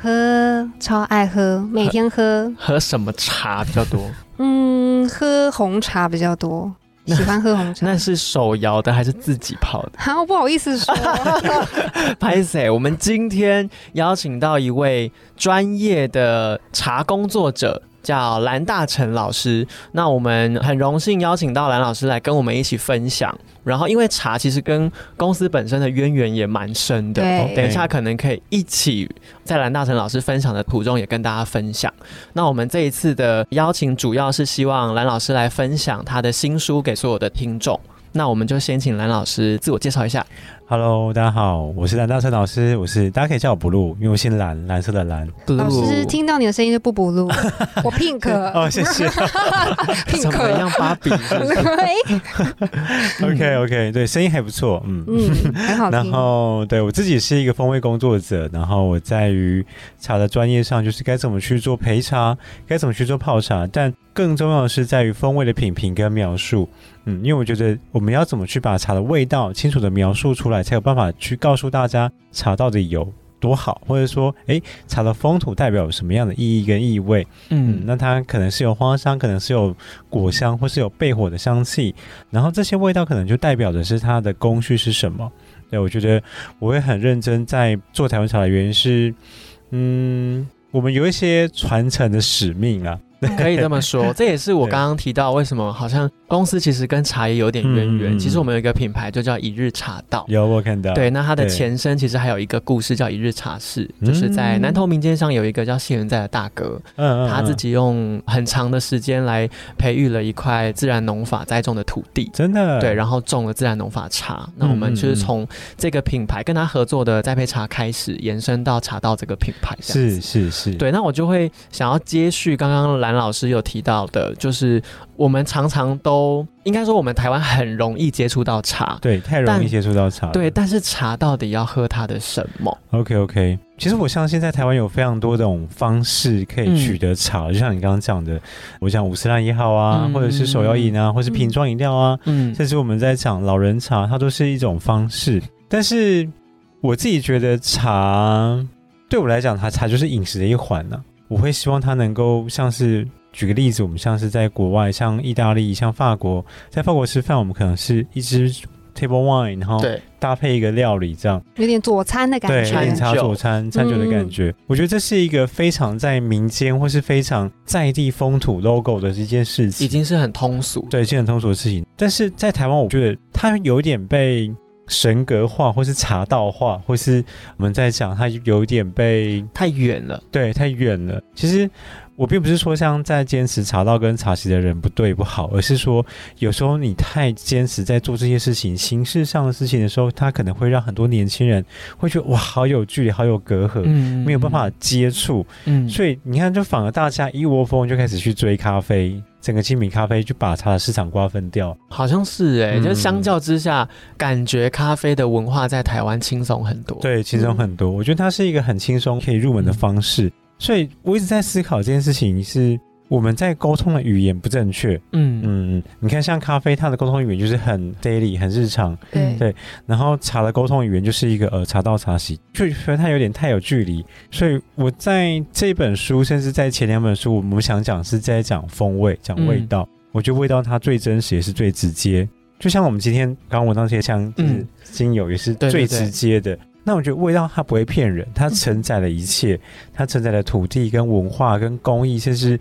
喝超爱喝，每天喝，喝什么茶比较多？嗯，喝红茶比较多，喜欢喝红茶 那。是手摇的还是自己泡的？好，不好意思说，拍谁？我们今天邀请到一位专业的茶工作者。叫蓝大成老师，那我们很荣幸邀请到蓝老师来跟我们一起分享。然后，因为茶其实跟公司本身的渊源也蛮深的， 对哦等一下可能可以一起在蓝大成老师分享的途中也跟大家分享。那我们这一次的邀请主要是希望蓝老师来分享他的新书给所有的听众。那我们就先请蓝老师自我介绍一下。 Hello，大家好，我是蓝大成老师，我是大家可以叫我 Blue，因为我姓蓝，蓝色的蓝。老师听到你的声音就不补 录，我 pink，哦，谢 谢。 怎么 pink，样芭比？是不是哎 OK OK，对，声音还不错，嗯。嗯，很好然听。后，对我自己是一个风味工作者，然后我在于茶的专业上，就是该怎么去做焙茶，该怎么去做泡茶，但更重要的是在于风味的品评跟描述。嗯，因为我觉得我们要怎么去把茶的味道清楚的描述出来，才有办法去告诉大家茶到底有多好，或者说，诶，茶的风土代表有什么样的意义跟意味。嗯， 嗯，那它可能是有花香，可能是有果香，或是有焙火的香气，然后这些味道可能就代表的是它的工序是什么。对我觉得我会很认真在做台湾茶的原因是，嗯，我们有一些传承的使命啊，可以这么说。这也是我 对刚刚提到为什么好像公司其实跟茶也有点渊源。嗯嗯嗯其实我们有一个品牌就叫一日茶道。有我看到，对，那它的对前身其实还有一个故事叫一日茶室，就是在嗯南投民间上有一个叫谢元在的大哥，嗯，嗯他自嗯己用很长的时间来培育了一块自然农法栽种的土地，真的对，然后种了自然农法茶。那我们嗯嗯就是嗯从这个品牌跟他合作的栽培茶开始，延伸到茶道这个品牌，这样子是是是，对，那我就会想要接续刚刚蓝老师有提到的，就是我们常常都应该说我们台湾很容易接触到茶，对，太容但易接触到茶了，对，但是茶到底要喝它的什么？ OK OK，其实我相信在台湾有非常多种方式可以嗯取得茶，就像你刚刚讲的，我讲五十兰也好啊，嗯或者是手摇饮啊，或是瓶装饮料啊，嗯甚至我们在讲老人茶，它都是一种方式。但是我自己觉得茶对我来讲，它茶就是饮食的一环呢、我会希望它能够像是举个例子，我们像是在国外，像意大利、像法国，在法国吃饭，我们可能是一支 table wine，然后对，搭配一个料理这样。有点佐餐的感对，觉。嗯餐饮茶酒佐餐餐酒的感觉，我觉得这是一个非常在民间或是非常在地风土 logo 的一件事情，已经是很通俗。对，是很通俗的事情。但是在台湾，我觉得它有点被神格化，或是茶道化，或是我们在讲它有点被太远了，对太远了。其实我并不是说像在坚持茶道跟茶席的人不对不好，而是说有时候你太坚持在做这些事情、形式上的事情的时候，它可能会让很多年轻人会觉得哇，好有距离，好有隔阂。嗯没有办法，接触，嗯所以你看，就反而大家一窝蜂就开始去追咖啡，整个精品咖啡就把茶的市场瓜分掉。好像是哎、嗯就是相较之下，感觉咖啡的文化在台湾轻松很多。，对，轻松很多。我觉得它是一个很轻松可以入门的方式，所以我一直在思考这件事情是。我们在沟通的语言不正确，嗯嗯，你看像咖啡，它的沟通语言就是很 daily、很日常，对嗯对然后茶的沟通语言就是一个呃茶道茶席，就觉得它有点太有距离，所以我在这本书，甚至在前两本书，我们想讲是在讲风味，讲味道。嗯我觉得味道它最真实，也是最直接。就像我们今天刚刚闻到这些香，就是嗯精油也是对对最对直接的。那我觉得味道它不会骗人，它承载了一切，它承载了土地、跟文化、跟工艺，甚至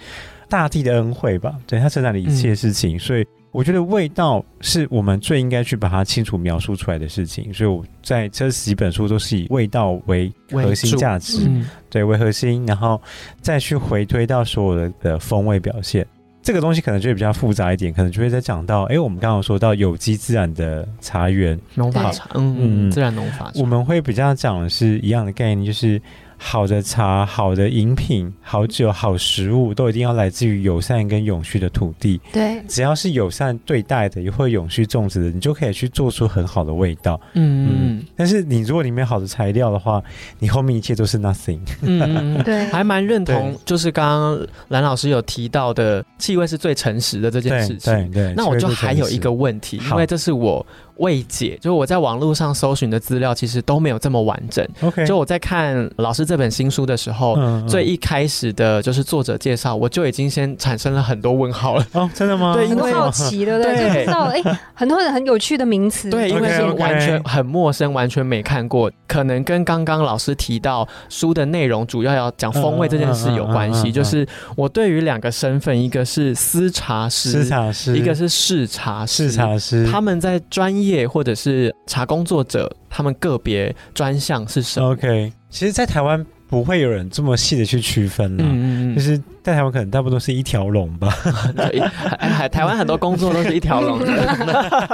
大地的恩惠吧。对，它承载了一切事情，所以我觉得味道是我们最应该去把它清楚描述出来的事情。所以我在这几本书都是以味道为为核心主价值，嗯对，为核心，然后再去回推到所有的的风味表现。这个东西可能就会比较复杂一点，可能就会在讲到，诶，我们刚刚有说到有机自然的茶园，农对法茶，嗯嗯，嗯自然农法茶，我们会比较讲的是一样的概念，就是好的茶、好的饮品、好酒、好食物，都一定要来自于友善跟永续的土地。对，只要是友善对待的，也会永续种植的，你就可以去做出很好的味道。嗯但是你如果里面好的材料的话，你后面一切都是 nothing。嗯嗯嗯，对还蛮认同对，就是刚刚蓝老师有提到的，气味是最诚实的这件对事情。对对。那我就还有一个这问题，因好为这是我未解，就是我在网络上搜寻的资料其实都没有这么完整。是 OK，就我在看老师这本新书的时候，嗯嗯最一开始的就是作者介绍，我就已经先产生了很多问号了。哦，真的吗？对因很多为好奇，对不对？对就不知道哎，很多人很有趣的名词，对，因为是 OK，OK 完全很陌生，完全没看过，可能跟刚刚老师提到书的内容主要要讲风味这件事有关嗯嗯嗯系。嗯嗯就是我对于两个身份，一个是司茶吃师，茶师，一个是试茶师。视察师，他们在专业或者是茶工作者，他们个别专项是什么？ OK，其实，在台湾不会有人这么细的去区分了。嗯嗯就嗯是在台湾可能大部分都是一条龙吧， 对，还还哎台湾很多工作都是一条龙的。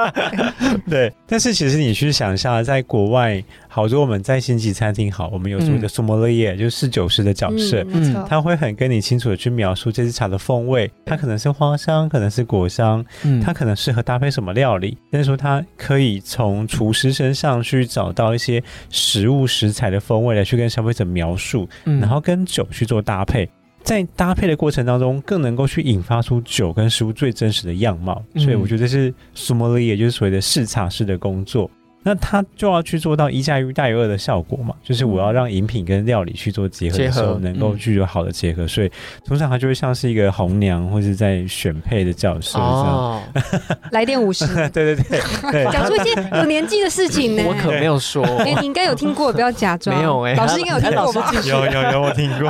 对。但是其实你去想一下，在国外，好，如果我们在星级餐厅好，我们有所谓的嗯苏摩勒耶，就是侍酒师的角色，嗯没错他会很跟你清楚的去描述这支茶的风味，它可能是花香，可能是果香，嗯它可能适合搭配什么料理。但是说它可以从厨师身上去找到一些食物食材的风味来去跟消费者描述，嗯然后跟酒去做搭配。在搭配的过程当中，更能够去引发出酒跟食物最真实的样貌，嗯所以我觉得是苏莫利，也就是所谓的视察式的工作。那他就要去做到一加一大于二的效果嘛，就是我要让饮品跟料理去做结合的时结候，合嗯能够具有好的结合。所以通常他就会像是一个红娘，或是在选配的角色这 样。哦，来电五十， 对对对 对，讲出一些有年纪的事情呢。我可没有说。哎，你应该有听过，不要假装。没有哎老师应该有听过吧？有啊有有，我听 过。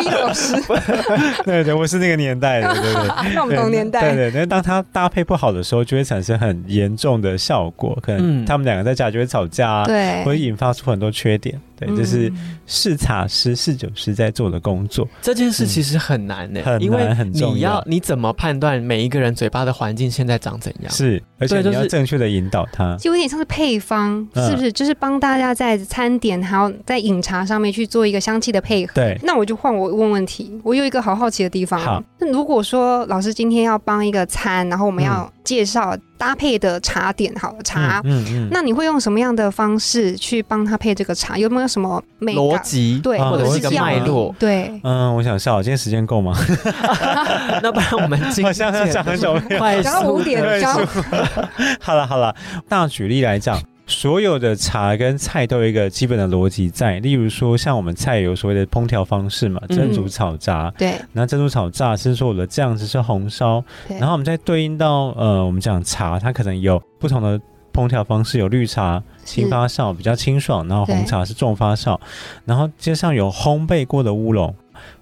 逼老师， 对对，我是那个年代的，对对。啊那我们同年代。对对，但当它搭配不好的时候，就会产生很严重的效果，可能嗯他们两个在家就会吵架、啊，对会引发出很多缺点。对，嗯这是试茶师、试酒师在做的工作。这件事其实很难呢、嗯很难因为很重要你要你怎么判断每一个人嘴巴的环境现在长怎样？是，而且对就你是要正确的引导他。就有点像是配方，啊嗯是不是？就是帮大家在餐点还有在饮茶上面去做一个香气的配合。对，那我就换我问问题，我有一个好好奇的地好方。啊那如果说老师今天要帮一个餐，然后我们要介绍搭配的茶点，好了茶，嗯嗯那你会用什么样的方式去帮他配这个茶？有没有什么美感逻辑对，啊或者者是是。一个逻辑啊脉络对，嗯，我想笑，今天时间够吗？ 那不然我们今啊天好像要讲很久没有。快讲到速五点地，对讲到好了好了，大举例来讲，所有的茶跟菜都有一个基本的逻辑在。例如说，像我们菜有所谓的烹调方式嘛，蒸煮嗯炒炸。 对那珍珠炒炸是说我的酱汁是红烧，对，然后我们再对应到呃，我们讲茶，它可能有不同的烹调方式，有绿茶轻是发酵比较清爽，然后红对茶是重发酵，然后接上有烘焙过的乌龙。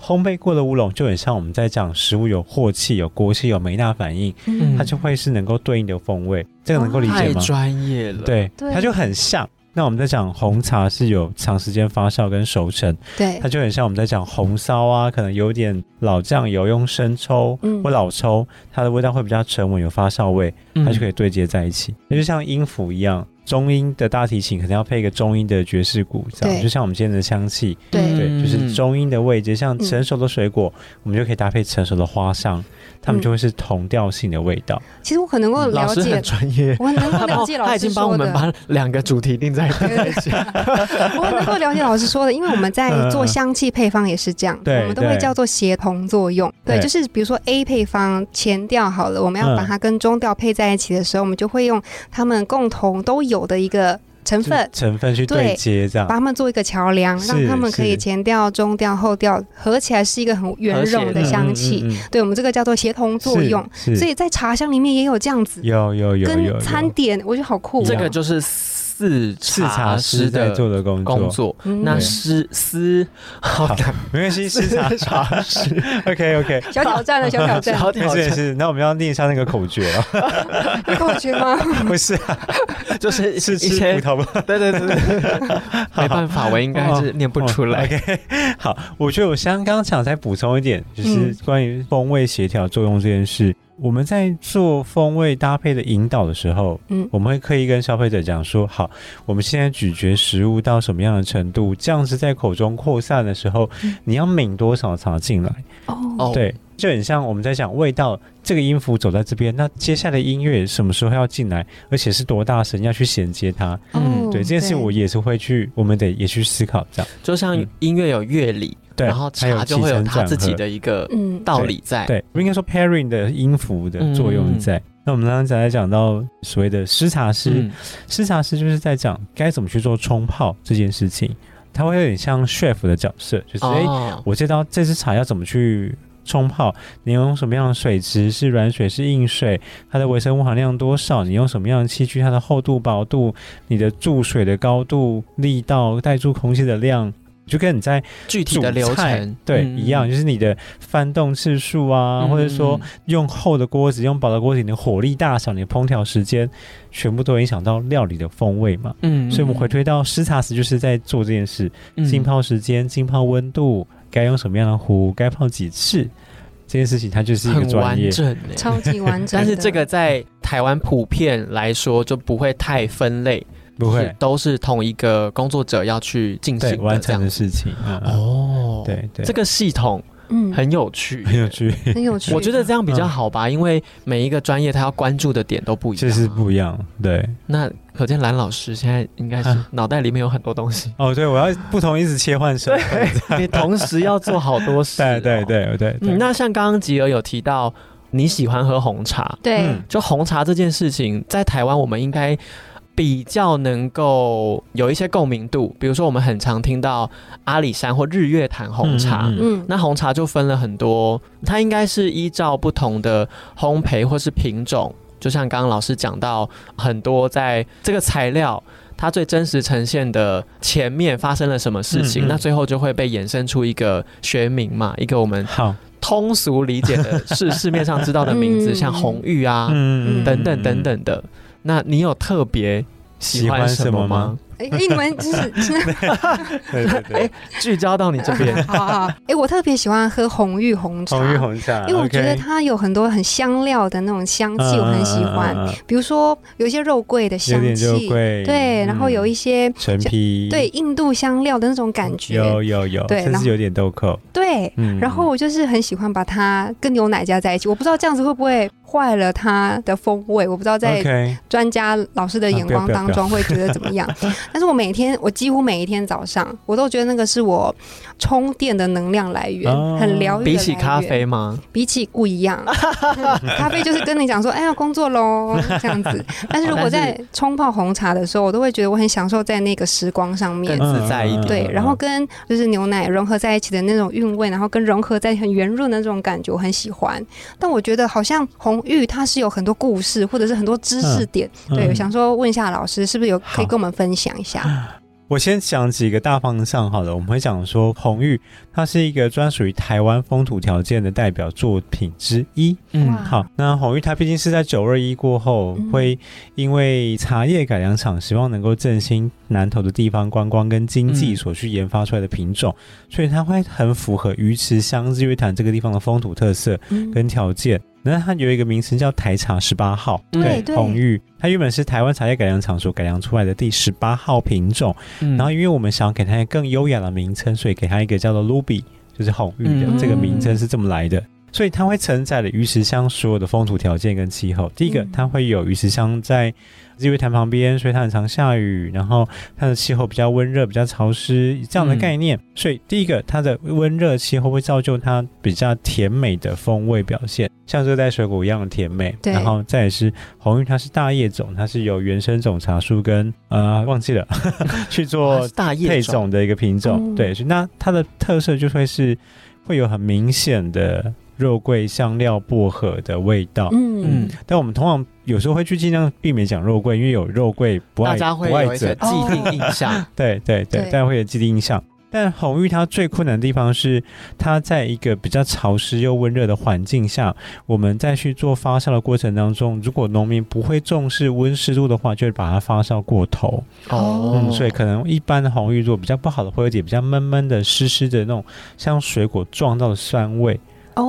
烘焙过的乌龙就很像我们在讲食物有镬气、有锅气、有梅纳反应，嗯它就会是能够对应的风味，这个能够理解太吗？专业了。，对，对它就很像。那我们在讲红茶是有长时间发酵跟熟成，对它就很像我们在讲红烧啊，可能有点老酱油用生抽嗯或老抽，它的味道会比较沉稳，有发酵味，它就可以。以对接在一起。那、就像音符一样，中音的大提琴可能要配一个中音的爵士鼓，这样对就像我们今天的香气，对嗯对，就是中音的味觉，像嗯成熟的水果，我们就可以搭配成熟的花香，它们就会是同调性的味道。其实我很能够老 了师解很，专业。我很能够了解他老已师经帮我说们的。把两个主题定在一起。 我能够了解老师说的，因为我们在做香气配方也是这样，嗯对我们都会对叫做协同作用。对，对嗯就是比如说 A 配方前调好了，我们要把它跟中调配在一起的时候，我们就会用它们共同都有的一个成就是分。成分去对对接这样把，它们做一个桥梁，是让它们可以是前调、中调、后调合起来是一个很圆融把的香气。嗯嗯嗯嗯对我们这个叫做协同作用，是所是以在茶香里面也有这样子，有有有有有跟餐点，我觉得好酷哦。这个就是四视察师在的做的工工作。嗯那对师师好难，没关系，视察茶 师 OK OK，小挑战了，小 挑战，好没挑事没战，事。那我们要念一下那个口诀 啊，有口诀吗？不是啊就是一是吃些葡萄吗？对对对对， 没办法，我应该是念不出哦来。 OK，好，我觉得我刚刚想再补充一点，就是嗯关于风味协调作用这件事。我们在做风味搭配的引导的时候，嗯我们会刻意跟消费者讲说，好，我们现在咀嚼食物到什么样的程度，酱汁在口中扩散的时候，嗯你要抿多少茶进来。哦，哦，对，就很像我们在讲味道，这个音符走在这边，那接下来音乐什么时候要进来，而且是多大声，要去衔接它。嗯哦对，这件事我也是会去，我们得也去思考这样。就像音乐有乐理，嗯对，然后还有茶就会有起承它转自己合的一个嗯，道理在。对，应该说 pairing 的音符的作用在。那我们刚才讲到所谓的施茶师，嗯，施、茶师就是在讲该怎么去做冲泡这件事情，他会有点像 chef 的角色，就是哎、诶哦，我知道这支茶要怎么去冲泡，你用什么样的水质，是软水是硬水，它的微生物含量多少，你用什么样的器具，它的厚度、薄度，你的注水的高度、力道，带住空气的量，就跟你在具体煮的流菜程对、嗯一样，就是你的翻动次数啊，或者说用厚的锅子、用薄的锅子，你的火力大小、你的烹调时间，全部都影响到料理的风味嘛。嗯，嗯所以我们回推到湿茶时，就是在做这件事。嗯浸泡时间、浸泡温度，该用什么样的壶，该泡几次，这件事情它就是一个很专业完。整欸超级完整的。但是这个在台湾普遍来说就不会太分类，不是会都是同一个工作者要去进行对的完这成样的事情，嗯，嗯哦，，对对，这个系统嗯很有趣，很 有趣，嗯很有趣，我觉得这样比较好吧，因为每一个专业他要关注的点都不一样。这是不一样。对，那可见蓝老师现在应该是啊，脑袋里面有很多东西哦，对，我要不同一直切换身份， 你同时要做好多事、 对对。对对对。嗯，那像刚刚吉儿有提到你喜欢喝红茶，对嗯，就红茶这件事情，在台湾我们应该比较能够有一些共鸣度。比如说，我们很常听到阿里山或日月潭红茶，嗯嗯嗯，那红茶就分了很多，它应该是依照不同的烘焙或是品种，就像刚刚老师讲到，很多在这个材料它最真实呈现的前面发生了什么事情，嗯嗯那最后就会被衍生出一个学名嘛，一个我们好，通俗理解的 是市面上知道的名字，嗯像红玉啊、嗯等等等，等的。那你有特别喜欢什么吗？哎，哎你们就是，对对对，聚焦到你这边 好好，好哎，我特别喜欢喝红玉红茶，红玉红茶，因为我觉得 OK 它有很多很香料的那种香气，我很喜欢。嗯嗯嗯嗯嗯比如说有一些肉桂的有香点嗯就气，贵，对，然后有一些些、陈皮，对，印度香料的那种感觉，有有有，对甚然后至有点豆蔻，对。嗯，然后我就是很喜欢把它跟牛奶加在一起，我不知道这样子会不会坏了它的风味，我不知道在 OK，专家老师的眼光当中会觉得怎么样。 但是我每天，我几乎每一天早上，我都觉得那个是我充电的能量来源，哦很疗愈。比起咖，啡吗？比起不一 样，咖啡就是跟你讲说，哎呀，工作喽这样子。但是如果在冲泡红茶的时候，我都会觉得我很享受在那个时光上面更。嗯自在一点对，然后跟就是牛奶融合在一起的那种韵味，然后跟融合在很圆润的那种感觉，我很喜欢。但我觉得好像红玉它是有很多故事，或者是很多知识点。嗯对，我想说问一下老师，是不是有可以跟我们分享一啊下？我先讲几个大方向好了，我们会讲说红玉，它是一个专属于台湾风土条件的代表作品之一。嗯哇好，那红玉它毕竟是在九二一过后，嗯会因为茶叶改良厂希望能够振兴南投的地方观光跟经济嗯所去研发出来的品种，所以它会很符合鱼池乡日月潭这个地方的风土特色嗯跟条件。那它有一个名称叫台茶十八号，对对红玉，它原本是台湾茶叶改良厂所改良出来的第十八号品种。嗯嗯然后，因为我们想要给它一个更优雅的名称，所以给它一个叫做 Ruby，就是红玉的、嗯这个名称是这么来的。所以它会承载了鱼池乡所有的风土条件跟气候。第一个嗯，它会有鱼池乡在日月潭旁边，所以它很常下雨，然后它的气候比较温热、比较潮湿这样嗯的概念。所以第一个，它的温热气候会造就它比较甜美的风味表现，像热带水果一样的甜美。对然后再也是红玉，它是大叶种，它是有原生种茶树跟呃忘记了 去哇做是大叶配种的一个品种，嗯对，所以那它的特色就会是会有很明显的肉桂、香料、薄荷的味道。嗯嗯，但我们通常有时候会去尽量避免讲肉桂，因为有肉桂不大爱家会不有爱一个整，既定印象，对对对，对大家会有既定印象。但红玉它最困难的地方是，它在一个比较潮湿又温热的环境下，我们在去做发酵的过程当中，如果农民不会重视温湿度的话，就会把它发酵过头。哦 嗯，所以可能一般的红玉做比较不好的，会有点比较闷闷的、湿湿的那种，像水果撞到的酸味。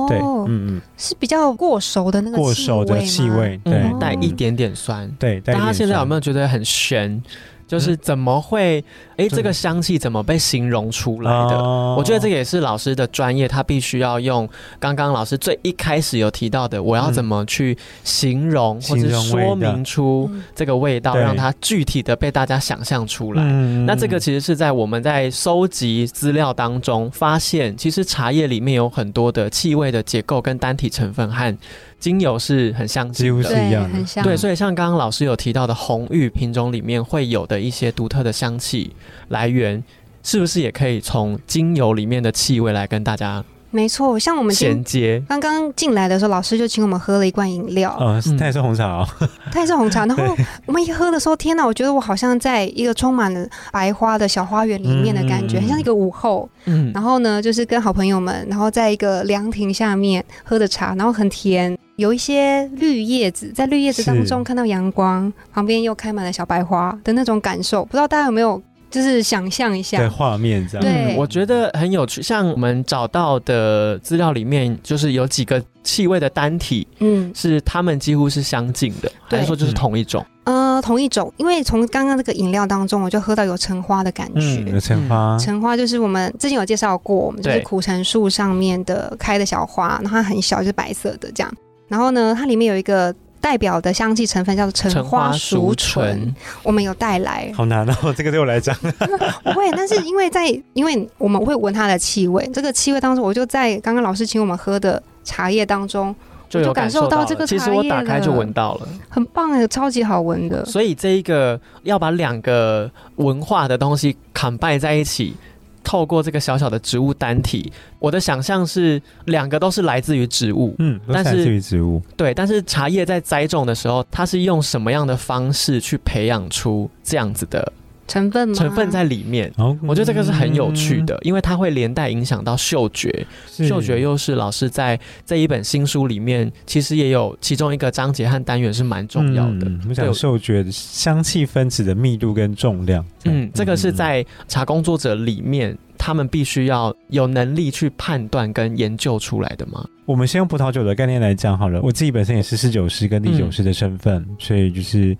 对，哦，嗯嗯，是比较过熟的那个过熟的气吗，味，对嗯，带哦一点点酸。对，大家现在有没有？有觉得很悬？就是嗯怎么会？哎、这对个香气怎么被形容出来的？哦我觉得这个也是老师的专业，他必须要用刚刚老师最一开始有提到的，我要怎么去形容、或嗯形者容味道说明出嗯这个味道，对让它具体的被大家想象出来。嗯那这个其实是在我们在收集资料当中发现，其实茶叶里面有很多的气味的结构跟单体成分和精油是很相几近乎的是。一对样的，很像对，所以像刚刚老师有提到的红玉品种里面会有的一些独特的香气来源，是不是也可以从精油里面的气味来跟大家没错，像我们今衔接？刚刚进来的时候，老师就请我们喝了一罐饮料，嗯，它也是红茶哦，它也是 红茶。然后我们一喝的时候，天哪，我觉得我好像在一个充满了白花的小花园里面的感觉，嗯很像一个午后。嗯，然后呢，就是跟好朋友们，然后在一个凉亭下面喝的茶，然后很甜，有一些绿叶子，在绿叶子当中是看到阳光，旁边又开满了小白花的那种感受，不知道大家有没有就是想象一对，下？画面这样，对嗯，我觉得很有趣。像我们找到的资料里面，就是有几个气味的单体嗯是它们几乎是相近的，对还是说就是嗯同一种？呃，同一种，因为从刚刚这个饮料当中，我就喝到有橙花的感觉。嗯嗯有橙花，橙花就是我们之前有介绍过，我们就是对苦橙树上面的开的小花，然后它很小，就是白色的这样。然后呢，它里面有一个代表的香气成分叫做嗯橙花熟橙醇，，我们有带来。好难哦，这个对我来讲，不会，但是因为在因为我们会闻它的气味，这个气味当中，我就在刚刚老师请我们喝的茶叶当中，就有就感感受受到了这个其实茶我叶打开了就闻到了。很棒哎，超级好闻的。所以这一个要把两个文化的东西 combine 在一起，透过这个小小的植物单体，我的想象是两个都是来自于植物，嗯，都但来是自于植物，对。但是茶叶在栽种的时候，它是用什么样的方式去培养出这样子的成分吗？成分在里面？哦我觉得这个是很有趣，嗯的，因为它会连带影响到嗅觉，是嗅觉又是老师在这一本新书里面，其实也有其中一个章节和单元是蛮重要的。嗯对我想嗅觉的香气分子的密度跟重量，嗯，这个是嗯在茶工作者里面，他们必须要有能力去判断跟研究出来的嘛。我们先用葡萄酒的概念来讲好了。我自己本身也是侍酒师嗯跟第酒师的身份，所以就是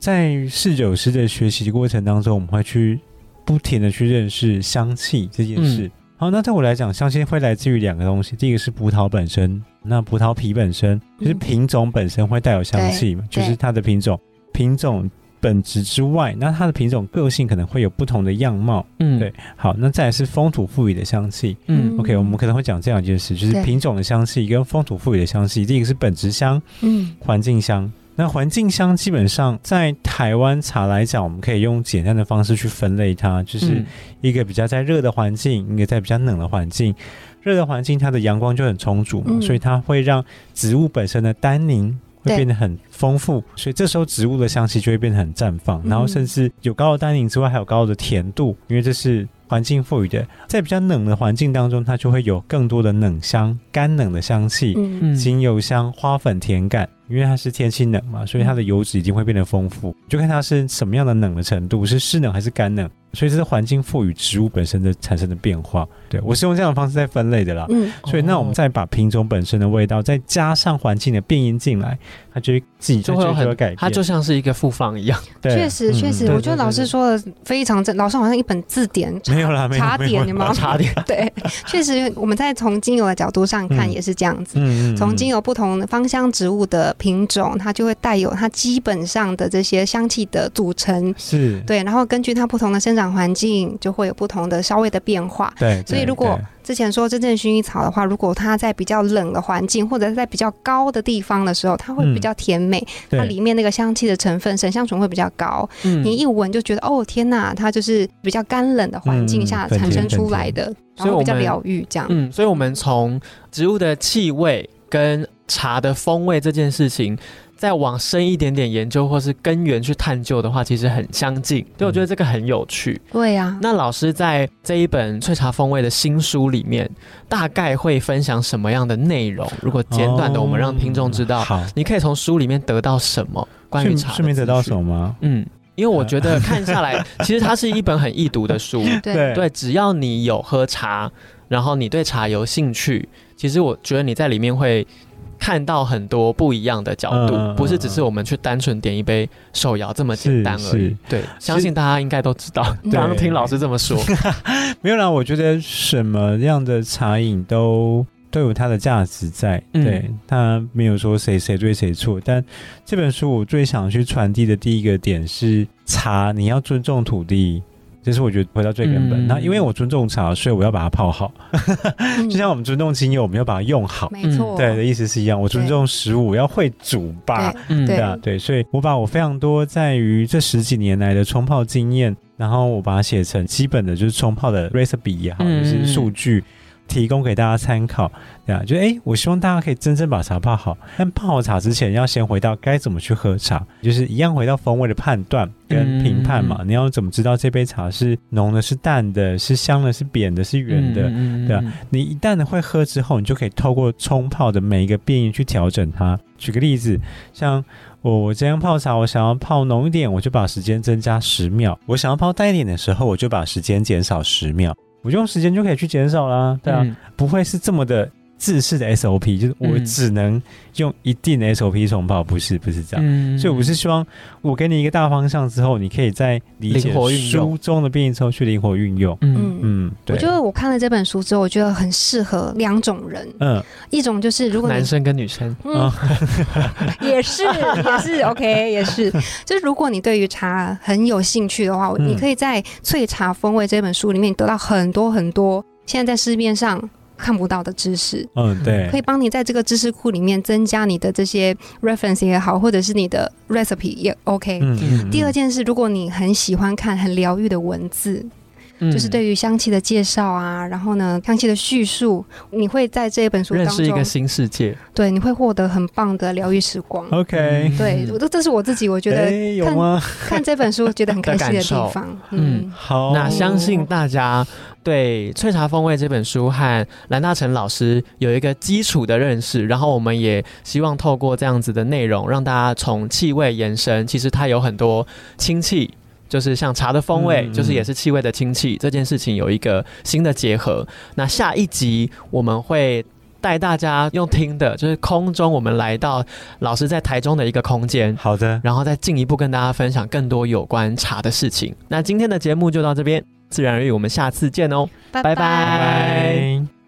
在侍酒师的学习过程当中，我们会去不停的去认识香气这件嗯事。好，那对我来讲，香气会来自于两个东西，第一个是葡萄本身，那葡萄皮本身就是嗯品种本身会带有香气嘛，就对是它的品种品种本质之外，那它的品种个性可能会有不同的样貌。嗯，对，好，那再来是风土赋予的香气。嗯 OK，我们可能会讲这两件事，就是对品种的香气跟风土赋予的香气。第一个是本质香、嗯，环境香。那环境香基本上在台湾茶来讲，我们可以用简单的方式去分类它，就是嗯一个比较在热的环境，一个在比较冷的环境。热的环境它的阳光就很充足嘛，嗯所以它会让植物本身的单宁会对变得很丰富，所以这时候植物的香气就会变得很绽放，嗯然后甚至有高的单宁之外，还有高的甜度，因为这是环境赋予的。在比较冷的环境当中，它就会有更多的冷香、干冷的香气。嗯嗯精油香、花粉甜感，因为它是天气冷嘛，所以它的油脂一定会变得丰富。就看它是什么样的冷的程度，是湿冷还是干冷，所以这是环境赋予植物本身的产生的变化。对我是用这样的方式在分类的啦。嗯，所以那我们再把品种本身的味道，再加上环境的变音进来，它就会自己就就会会有就会很改变。它就像是一个复方一样。对确实嗯确实，对我觉得对老对师对说的非常正，老师好像一本字典，没有啦，没有茶没有点有 没有啦茶点，对，确实，我们在从精油的角度上看嗯也是这样子。嗯嗯，从精油油不同的芳香植物的品种，它就会带有它基本上的这些香气的组成，是，对。然后根据它不同的生长环境，就会有不同的稍微的变化。对，所以对如果之前说真正薰衣草的话，如果它在比较冷的环境，或者是在比较高的地方的时候，它会比较甜美，嗯对哦它对里面那个香气的成分沈香醇会比较高。嗯你一闻就觉得哦天呐，它就是比较干冷的环境下嗯本产生田出来的，所然以后我比较们疗愈这样。嗯，所以我们从植物的气味跟茶的风味这件事情，再往深一点点研究或是根源去探究的话，其实很相近。对，我觉得这个很有趣。对啊呀、那老师在这一本《萃茶风味》的新书里面，大概会分享什么样的内容？如果简短的，我们让听众知道，哦好，你可以从书里面得到什么关于顺茶的顺便得到什么？么吗？嗯，因为我觉得看下 来，其实它是一本很 易读的书。对对对，只要你有喝茶，然后你对茶有兴趣，其实我觉得你在里面会看到很多不一样的角度，嗯嗯嗯不是只是我们去单纯点一杯手摇这么简单而是已是。对，相信大家应该都知道，对刚刚听老师这 么说，没有啦，我觉得什么样的茶饮都都有它的价值在，嗯对，它没有说谁谁对谁错。但这本书我最想去传递的第一个点是，茶你要尊重土地。这是我觉得回到最根本。嗯那、因为我尊重茶，所以我要把它泡好。嗯就像我们尊重精油，我们要把它用好。没错，嗯对的意思是一样。我尊重食物，我要会煮吧。嗯，对对啊，对，所以我把我非常多在于这十几年来的冲泡经验，然后我把它写成基本的，就是冲泡的 recipe 也好，嗯就是数据。提供给大家参考，对啊，就哎、我希望大家可以真正把茶泡好。但泡好茶之前，要先回到该怎么去喝茶，就是一样回到风味的判断跟评判嗯嘛。你要怎么知道这杯茶是浓的、是淡的、是香的、是扁的、是圆的？嗯对啊，你一旦会喝之后，你就可以透过冲泡的每一个变异去调整它。举个例子，像我我今天泡茶，我想要泡浓一点，我就把时间增加十秒；我想要泡淡一点的时候，我就把时间减少十秒。我用时间就可以去减少啦，对啊，嗯不会是这么的自式的 SOP，就是我嗯只能用一定的 SOP 冲泡，不是不是这样。嗯所以我是希望我给你一个大方向之后，你可以在理解灵活运用书中的变异之后去灵活运用。嗯嗯。嗯，我对，觉得我看了这本书之后，我觉得很适合两种人，嗯一种就是如果你男生跟女生，嗯， 也是也是 OK，也是。就是如果你对于茶很有兴趣的话，嗯你可以在《萃茶风味》这本书里面得到很多很多现在在市面上看不到的知识。嗯，对，可以帮你在这个知识库里面增加你的这些 reference 也好，或者是你的 recipe 也 OK。嗯嗯第二件事，如果你很喜欢看很疗愈的文字，就就是对于香气的介绍啊，然后呢，香气的叙述，你会在这一本书认当识一个中，新世界。对，你会获得很棒的疗愈时光。 OK，嗯对，我这这是我自己，我觉得诶有吗？看这本书觉得很开心的地 方。嗯嗯，好，那相信大家对《萃茶风味》这本书和蓝大成老师有一个基础的认识，然后我们也希望透过这样子的内容，让大家从气味延伸，其实它有很多亲戚。就是像茶的风味，嗯就是也是气味的亲戚，这件事情有一个新的结合。那下一集我们会带大家用听的，就是空中我们来到老师在台中的一个空间，好的，然后再进一步跟大家分享更多有关茶的事情。那今天的节目就到这边，自然而语，我们下次见哦。拜拜拜拜。